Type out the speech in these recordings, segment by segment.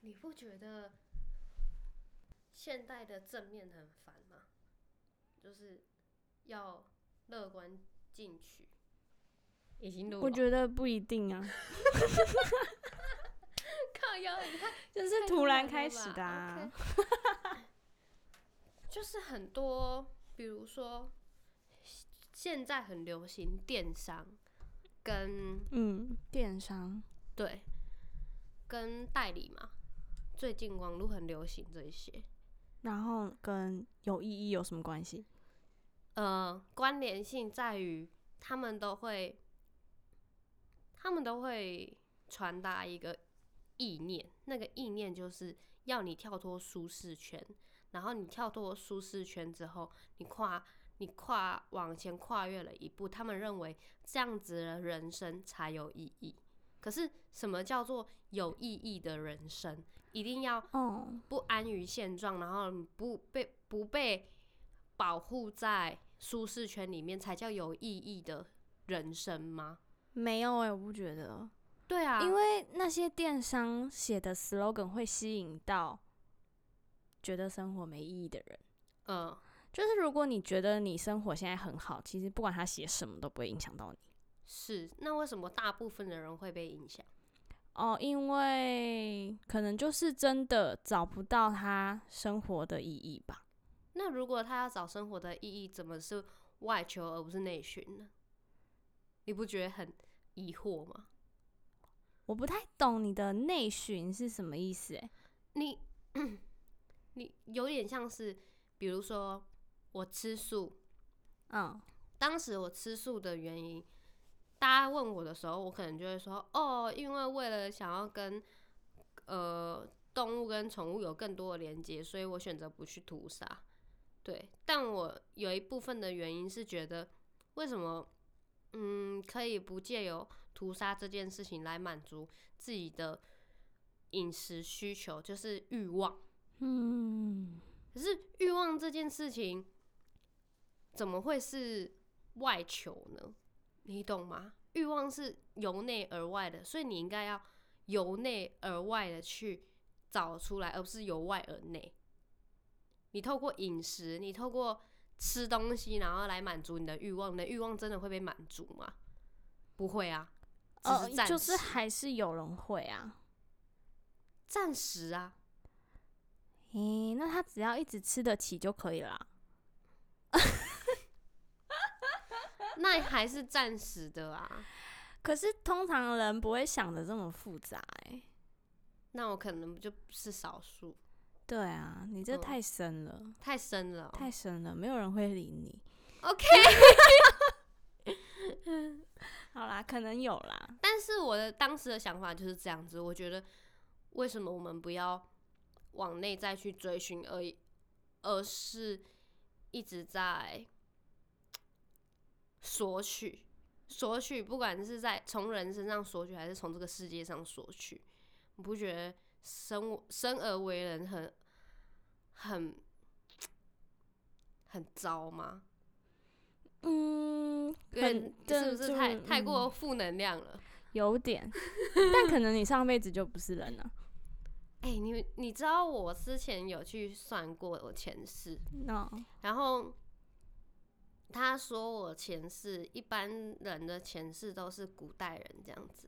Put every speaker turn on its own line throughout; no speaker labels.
你不觉得现代的正面很烦吗？就是要乐观进取。
已经录
我
了，
觉得不一定 啊，
靠腰，你看，
就是突然开始的
太突然了
啊。
吧，OK 就是很多，比如说现在很流行电商跟
嗯，电商，
对，跟代理嘛，最近网络很流行这一些，
然后跟有意义有什么关系？
呃，关联性在于他们都会，他们都会传达一个意念，那个意念就是要你跳脱舒适圈，然后你跳脱舒适圈之后，你跨你跨往前跨越了一步，他们认为这样子的人生才有意义。可是，什么叫做有意义的人生？一定要
哦，
不安于现状，然后不被不被保护在舒适圈里面，才叫有意义的人生吗？
没有哎、我不觉得，
对啊，
因为那些电商写的 slogan 会吸引到觉得生活没意义的人。
嗯、
就是如果你觉得你生活现在很好，其实不管他写什么都不会影响到你。
是那为什么大部分的人会被影响？
哦，因为可能就是真的找不到他生活的意义吧。
那如果他要找生活的意义，怎么是外求而不是内寻呢？你不觉得很疑惑吗？
我不太懂你的内循是什么意思、欸？
你 你有点像是，比如说我吃素，
嗯，
当时我吃素的原因，大家问我的时候，我可能就会说，哦，因为为了想要跟呃动物跟宠物有更多的连接，所以我选择不去屠杀。对，但我有一部分的原因是觉得，为什么嗯可以不借由屠杀这件事情来满足自己的饮食需求，就是欲望。
嗯，
可是欲望这件事情，怎么会是外求呢？你懂吗？欲望是由内而外的，所以你应该要由内而外的去找出来，而不是由外而内。你透过饮食，你透过吃东西，然后来满足你的欲望，你的欲望真的会被满足吗？不会啊，只
哦
是，暂时，
就是还是有人会啊。
暂时啊。
咦、那他只要一直吃得起就可以了啦。
那还是暂时的啊。
可是通常人不会想的这么复杂、欸，
那我可能就是少数，
对啊，你这
嗯
太深了，
太深了哦、
太深了，没有人会理你。
OK，
好啦，可能有啦。
但是我的当时的想法就是这样子，我觉得为什么我们不要往内在去追寻，而已，而是一直在索取，索取，不管是在从人身上索取，还是从这个世界上索取，你不觉得生生而为人很很很糟吗？
嗯，
有点
很
是不
这
是
就
太太
嗯
过负能量了？
有 点，但可能你上辈子就不是人了、
哎、你你知道我之前有去算过我前世，
那、
然后他说我前世一般人的前世都是古代人这样子，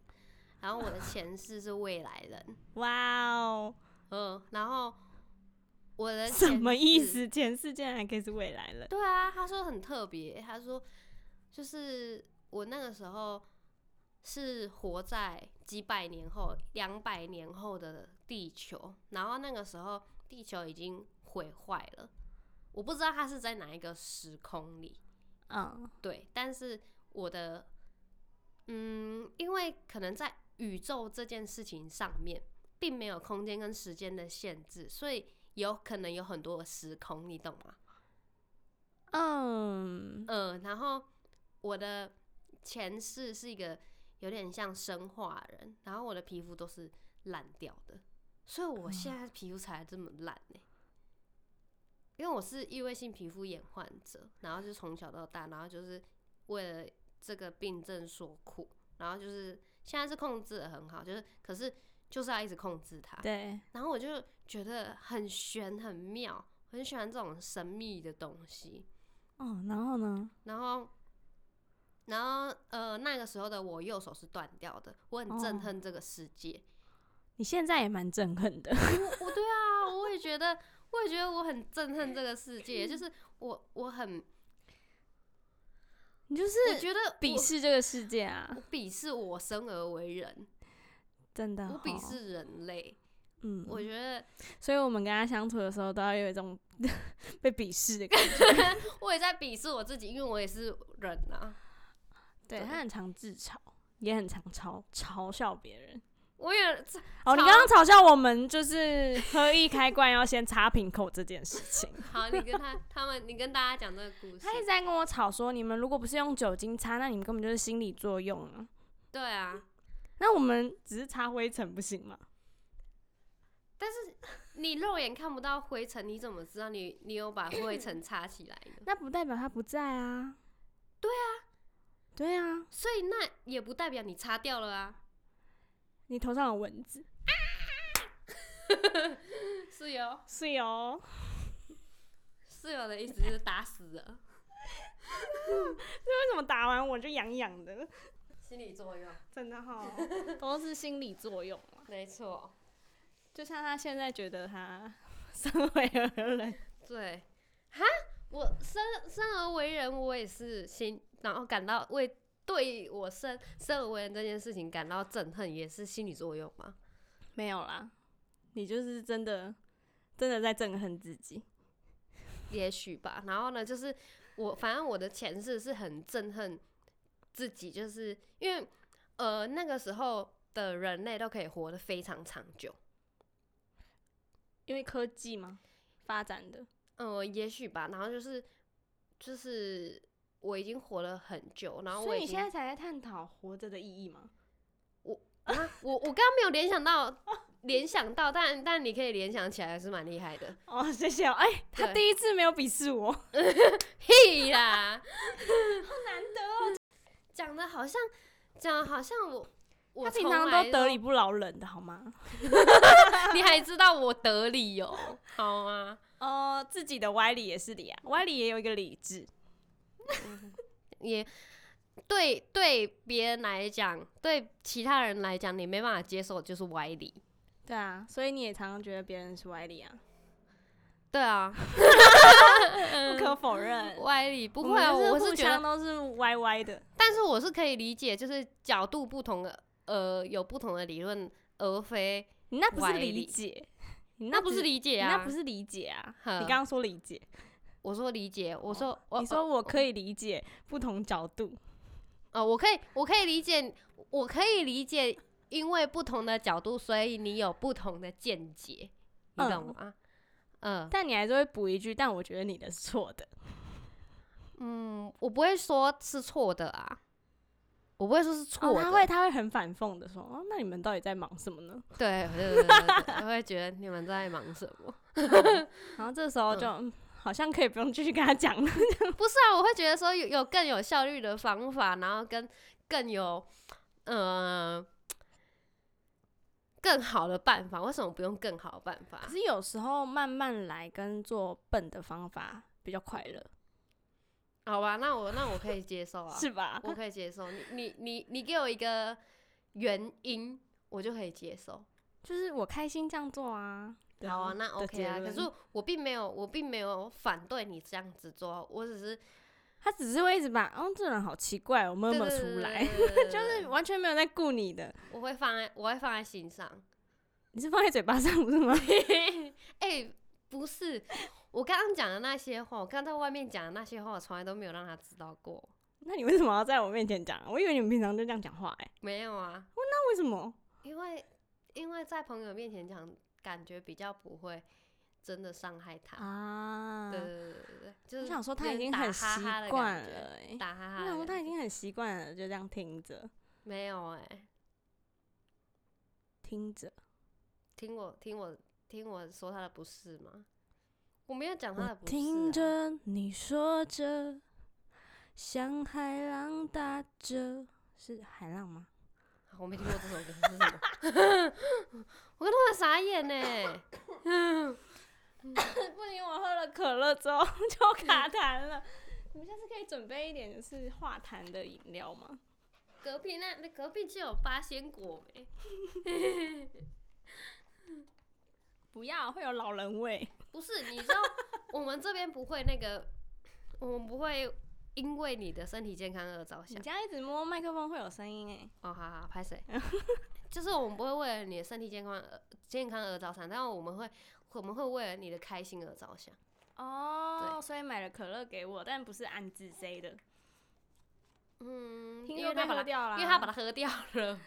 然后我的前世是未来人，
哇哦，
嗯，然后我的
什
前
么意
世？
思？前世竟然还可以是未来人？
对啊，他说很特别，他说就是我那个时候是活在几百年后、两百年后的地球，然后那个时候地球已经毁坏了，我不知道他是在哪一个时空里，
嗯，
对，但是我的嗯，因为可能在宇宙这件事情上面，并没有空间跟时间的限制，所以有可能有很多的时空，你懂吗？
嗯，
嗯，然后我的前世是一个有点像生化人，然后我的皮肤都是烂掉的，所以我现在皮肤才这么烂呢、因为我是异位性皮肤炎患者，然后就从小到大，然后就是为了这个病症所苦，然后就是现在是控制的很好，就是可是就是要一直控制它。
对，
然后我就觉得很玄很妙，很喜欢这种神秘的东西。
哦，然后呢？
然后，然后呃，那个时候的我右手是断掉的，我很憎
哦
恨这个世界。
你现在也蛮憎恨的，
我对啊，我也觉得， 我也觉得我很憎恨这个世
嗯
界，就是我我很
你就是
我觉得我
鄙，视这个世界啊
我！鄙视我生而为人，
真的，
我鄙，视人类。
哦嗯，
我觉得
所以我们跟他相处的时候，都要有一种 被鄙视的感觉。
我也在鄙视我自己，因为我也是人啊。
对
对
他很常自嘲，也很常嘲嘲笑别人。
我也
哦，你
嘲
刚刚嘲笑我们就是喝一开罐要先擦瓶口这件事 情。
好，你跟他他们，你跟大家讲这个故事
他。一直在跟我吵说，你们如果不是用酒精擦，那你们根本就是心理作用啊。
对啊，
那我们只是擦灰尘不行吗？
你肉眼看不到灰尘，你怎么知道你你有把灰尘擦起来呢？
那不代表他不在啊。对啊，对啊，
所以那也不代表你擦掉了啊，
你头上有蚊子，
是有
是哦。
是有 的意思是打死了，
为什么打完我就痒痒的？
心理作用，
真的哦 哈、都是心理作用啊。
没错，
就像他现在觉得 他身为何人，
对，哈，我生生而为人，我也是心，然后感到为对我生生而为人这件事情感到憎恨，也是心理作用嘛，
没有啦，你就是真的真的在憎恨自己。
也许吧。然后呢，就是我，反正我的前世是很憎恨自己，就是因为呃那个时候的人类都可以活得非常长久。
因为科技嘛发展的，
呃，也许吧。然后就是就是我已经活了很久，然后我
所
已
以你
经
现在才在探讨活着的意义吗？
啊，我我刚刚没有联想 到联想到，但但你可以联想起来是蛮厉害的。
哦，谢谢哦。哎、 他
对
第一次没有鄙视我，好
屁 啦，
难得
讲的好像讲的好像我
哦。
我
他平
从
常
来
都得理不饶人的好吗？
你还知道我得理哦，好吗？
哦、自己的歪理也是理啊，歪理也有一个理智。
也对对别人来讲，对其他人来讲，你没办法接受就是歪理。
对啊，所以你也常常觉得别人是歪理啊，
对啊，
不可否认。
歪理不
嗯不
会啊，我
是
是
互
觉得
相都是歪歪的。
但是我是可以理解，就是角度不同的，呃，有不同的理论，而非
你那不是
歪
理
理
解，你
那不
只
是理解
你
啊，
那不是理解啊！
呵
你刚刚说理解，
我说理解，
哦
我说、我
你说我嗯可以理解不同角度，
呃，我可以我可以理解，我可以理解，因为不同的角度，所以你有不同的见解，你懂吗？嗯
但你还是会补一句，但我觉得你的是错的。
嗯，我不会说是错的啊，我不会说是错的，
哦他会他会很反讽的说，哦，那你们到底在忙什么呢？
对对对对对，我会觉得你们在忙什么。
然后这时候就、嗯好像可以不用继续跟他讲了。
不是啊，我会觉得说有有更有效率的方法，然后跟更有呃更好的办法，为什么不用更好的办法
可？是有时候慢慢来跟做笨的方法比较快乐，
好吧，那我那我可以接受啊，
是吧？
我可以接受。你你你你给我一个原因，我就可以接受。
就是我开心这样做啊。对
好啊，那
的
OK 啊。可
结论
是我并没有，我并没有反对你这样子做，我只是
他只是会一直把，哦，这人好奇怪，我
对
摸摸
对对
出
对
来，
对对对
就
对
是完全没有在顾你的。
我会放在我会放在心上。
你是放在嘴巴上不是吗？
哎、不是，我刚刚讲的那些话，我刚在外面讲的那些话，我从来都没有让他知道过。
那你为什么要在我面前讲啊？我以为你们平常就这样讲话哎、
没有啊，
那为什么？
因为因为在朋友面前讲，感觉比较不会真的伤害他。
啊
对对对对对，就
我
是
想说他
有
已
点
经
打
很
哈
习
哈的
惯
感觉
了哎、
打哈哈
我
的
想说
感觉。
他已经很习惯了，就这样听着
没有哎、
听着，
听我听我听我说他的不是吗？我没有讲他的
我
不是、啊。
听着你说着，像海浪打着，是海浪吗？
啊我没听过这首歌是什么， 我跟他们傻眼呢。
不行，我喝了可乐之后就卡痰了。你们下次可以准备一点就是化痰的饮料吗？
隔壁那那隔壁就有八仙果没？
不要，会有老人味。
不是，你知道我们这边不会那个， 我们不会因为你的身体健康而着
你
想。
这样一直摸麦克风会有声音哎。
哦，好好拍谁？ 就是我们不会为了你的身体健康而健康而着想，但我们会我们会为了你的开心而着想。
哦，所以买了可乐给我，但不是安自 Z 的，
嗯，
听
因
说
为
被
他把
喝
它，
掉了。
因为他把它喝掉了。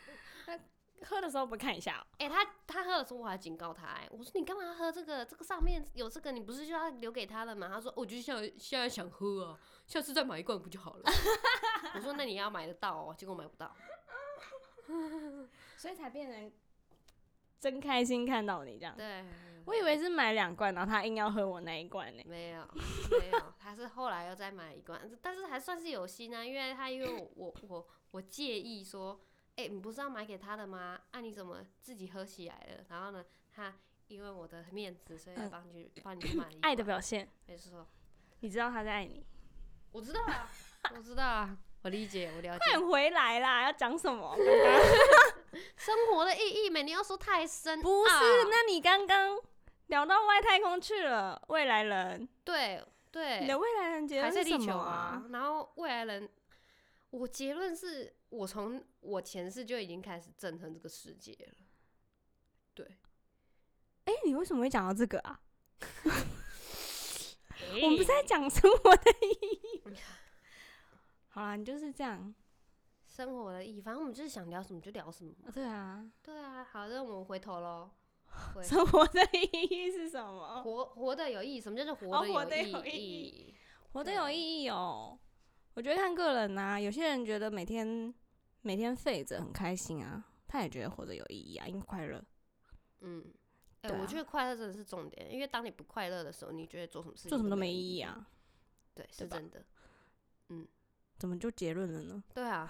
喝的时候不看一下哦、
哎、他他喝的时候我还警告他、哎，我说你干嘛喝这个？这个上面有这个，你不是就要留给他了吗？他说哦我就现在现在想喝啊，下次再买一罐不就好了？ 我说那你要买得到哦，结果买不到。
所以才变成真开心看到你这样。
对，
我以为是买两罐，然后他硬要喝我那一罐呢、
没有没有，他是后来又再买一罐，但是还算是有心啊，因为他因为我我我我介意说，哎、你不是要买给他的吗？啊，你怎么自己喝起来了？然后呢，他因为我的面子，所以他
嗯
帮你帮你去买了一
爱的
罐
表现，
没错，
你知道他在爱 你，
我知道 啊，我知道啊，我理解，我了解。
快回来啦！要讲什么？刚刚
生活的意义没，你要说太深
不是
奥，
那你刚刚聊到外太空去了，未来人，
对对，
你的未来人觉
还
得
在
是
地
什么
球？啊。然后未来人，我结论是我从我前世就已经开始憎恨这个世界了。
哎、你为什么会讲到这个啊？哎我们不是在讲生活的意义。 好啦，你就是这样。
生活的意义，反正我们就是想聊什么就聊什么嘛。
对 啊，
对啊，好，那我们回头喽。回
生活的意义是什么？
活活的有意义，什么叫做
哦
活
活
的
得
有
有
意
意
义？
活得有意义哦。我觉得看个人呐、有些人觉得每天每天废着很开心啊，他也觉得活着有意义啊，因为快乐。
嗯，哎、
对啊
我觉得快乐真的是重点，因为当你不快乐的时候，你觉得做什么事情
做什么都没
意
意义。啊，
对，是
吧
真的。
怎么就结论了呢？
对啊，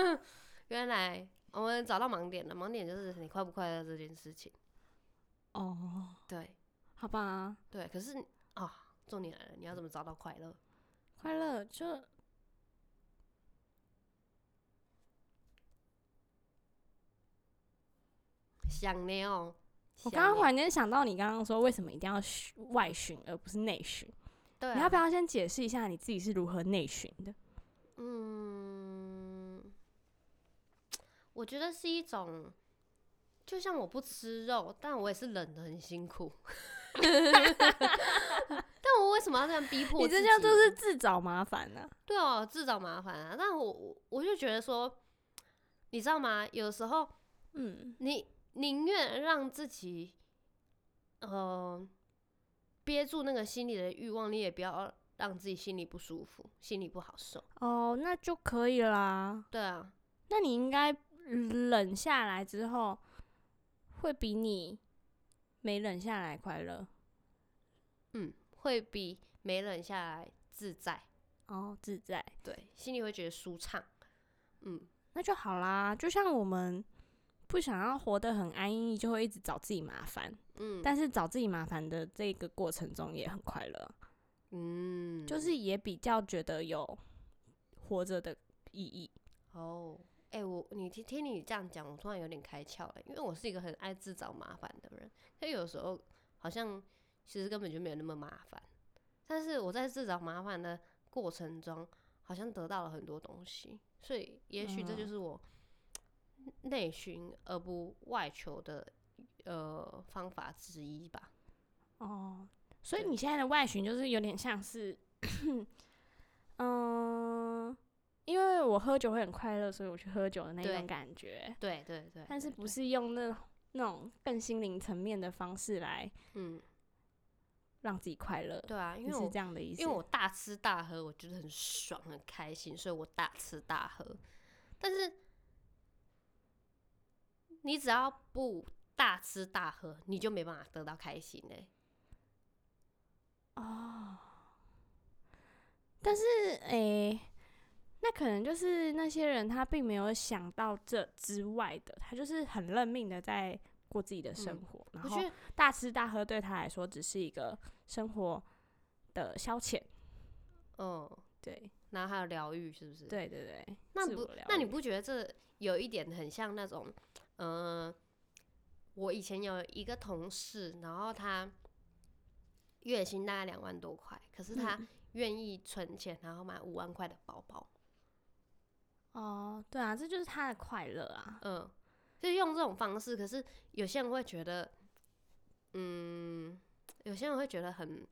原来我们找到盲点了。盲点就是你快不快乐这件事情。
哦，
对
好吧，
对，可是啊、重点来了，你要怎么找到快乐？
快乐就
想你哦，想
我刚刚
你
忽然间想到你刚刚说为什么一定要巡外巡而不是内巡，
对、啊，
你要不要先解释一下你自己是如何内巡的？
嗯，我觉得是一种，就像我不吃肉，但我也是忍得很辛苦。 但我为什么要这样逼迫
你
自己
这
呢？
叫就是自找麻烦啊呢、
对哦，自找麻烦啊！但我我我就觉得说，你知道吗？有时候
嗯，
你宁愿让自己，呃，憋住那个心里的欲望，你也不要让自己心里不舒服，心里不好受。
哦，那就可以啦。
对啊，
那你应该冷下来之后，会比你没冷下来快乐
嗯，会比没忍下来自在，
哦，自在，
对，心里会觉得舒畅。嗯，
那就好啦。就像我们不想要活得很安逸，就会一直找自己麻烦，
嗯，
但是找自己麻烦的这个过程中也很快乐，
嗯，
就是也比较觉得有活着的意义。
哦，哎、我你听听你这样讲，我突然有点开窍了，因为我是一个很爱自找麻烦的人，可有时候好像其实根本就没有那么麻烦，但是我在自找麻烦的过程中，好像得到了很多东西，所以也许这就
嗯
是我内寻而不外求的呃方法之一吧。
哦，所以
对
你现在的外巡就是有点像是，嗯，因为我喝酒会很快乐，所以我去喝酒的那
对
种感觉，
对对对，
但是
对
不
对
是用那那种更心灵层面的方式来
嗯，
让自己快乐，
对啊，因
你
为
是
我
这样的意思。
因为我大吃大喝，我觉得很爽很开心，所以我大吃大喝。但是你只要不大吃大喝，你就没办法得到开心嘞、
哦，但是诶、那可能就是那些人他并没有想到这之外的，他就是很认命的在过自己的生
嗯
活，
我
然
觉
后
得
大吃大喝对他来说只是一个生活的消遣。
嗯，
对，
然后还有疗愈，是不是？
对对对，
那
自
不
我疗，
那你
愈
不觉得这有一点很像那种，呃，我以前有一个同事，然后他月薪大概两万多块，可是他
嗯
愿意存钱，然后买五万块的包包，
哦，对啊，这就是他的快乐啊。
嗯、就用这种方式。可是有些人会觉得，嗯，有些人会觉得很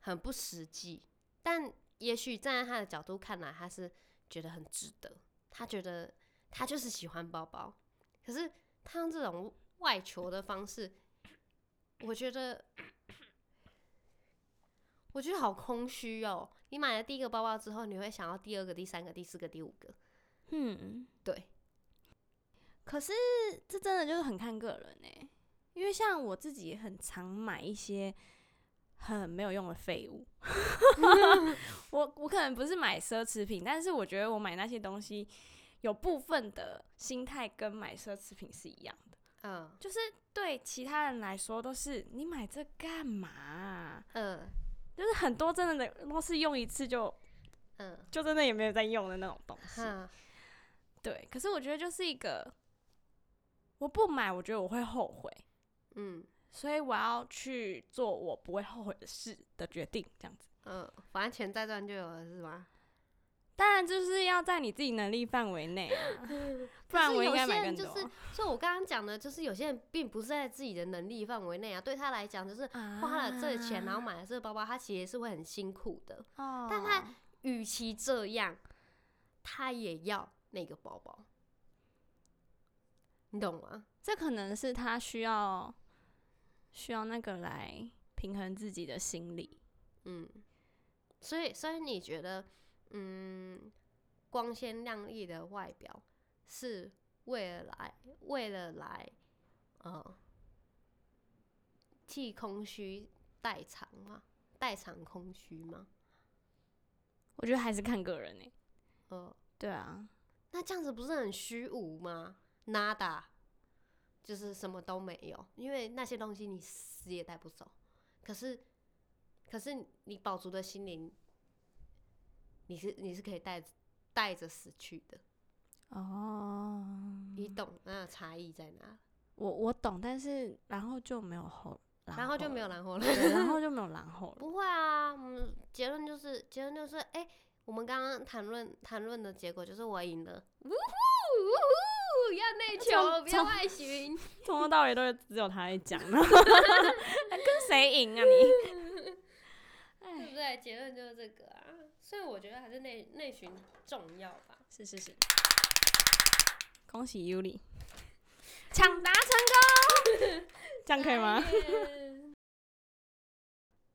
很不实际，但也许站在他的角度看来，他是觉得很值得。他觉得他就是喜欢包包，可是他用这种外求的方式，我觉得，我觉得好空虚哦。你买了第一个包包之后，你会想要第二个、第三个、第四个、第五个，
嗯，
对。
可是这真的就是很看个人哎、因为像我自己也很常买一些很没有用的废物。 我我可能不是买奢侈品，但是我觉得我买那些东西有部分的心态跟买奢侈品是一样的，
嗯
就是对其他人来说都是你买这干嘛啊、
嗯
就是很多真的都是用一次就
嗯，
就真的也没有在用的那种东西。
哈，
对，可是我觉得就是一个，我不买，我觉得我会后悔，
嗯
所以我要去做我不会后悔的事的决定，这样子。
嗯，反正钱再赚就有了，是吗？
当然就是要在你自己能力范围内 啊，不然我应该买更多。
可是有些人就是，所以我刚刚讲的，就是有些人并不是在自己的能力范围内啊，对他来讲就是。花了这个钱，然后买了这个包包，他其实是会很辛苦的。
哦，
但他与其这样，他也要那个包包，你懂吗？
这可能是他需要需要那个来平衡自己的心理。
嗯，所以所以你觉得，嗯，光鲜亮丽的外表是为了来为了来，呃，替空虚代偿吗？代偿空虚吗？
我觉得还是看个人诶、欸
呃，
对啊，
那这样子不是很虚无吗？Nada，就是什么都没有，因为那些东西你死也带不走。可是，可是你饱足的心灵，你是你是可以带带着死去的，
哦，
你懂那差异在哪？
我我懂，但是然后就没有后，
然后就没有
了
然后了。
对，然后就没有然后 了。
不会啊，嗯，结论就是结论就是，哎、我们刚刚谈论谈论的结果就是我赢了，呜呼呜呼，要内求，
从
不要
从
外寻。
从头到尾都只有他在讲，然后 跟谁赢啊你？
对不对？结论就是这个啊，所以我觉得还是内内循重要吧。
是是是，恭喜 Yuli，抢答成功，这样可以吗？
耶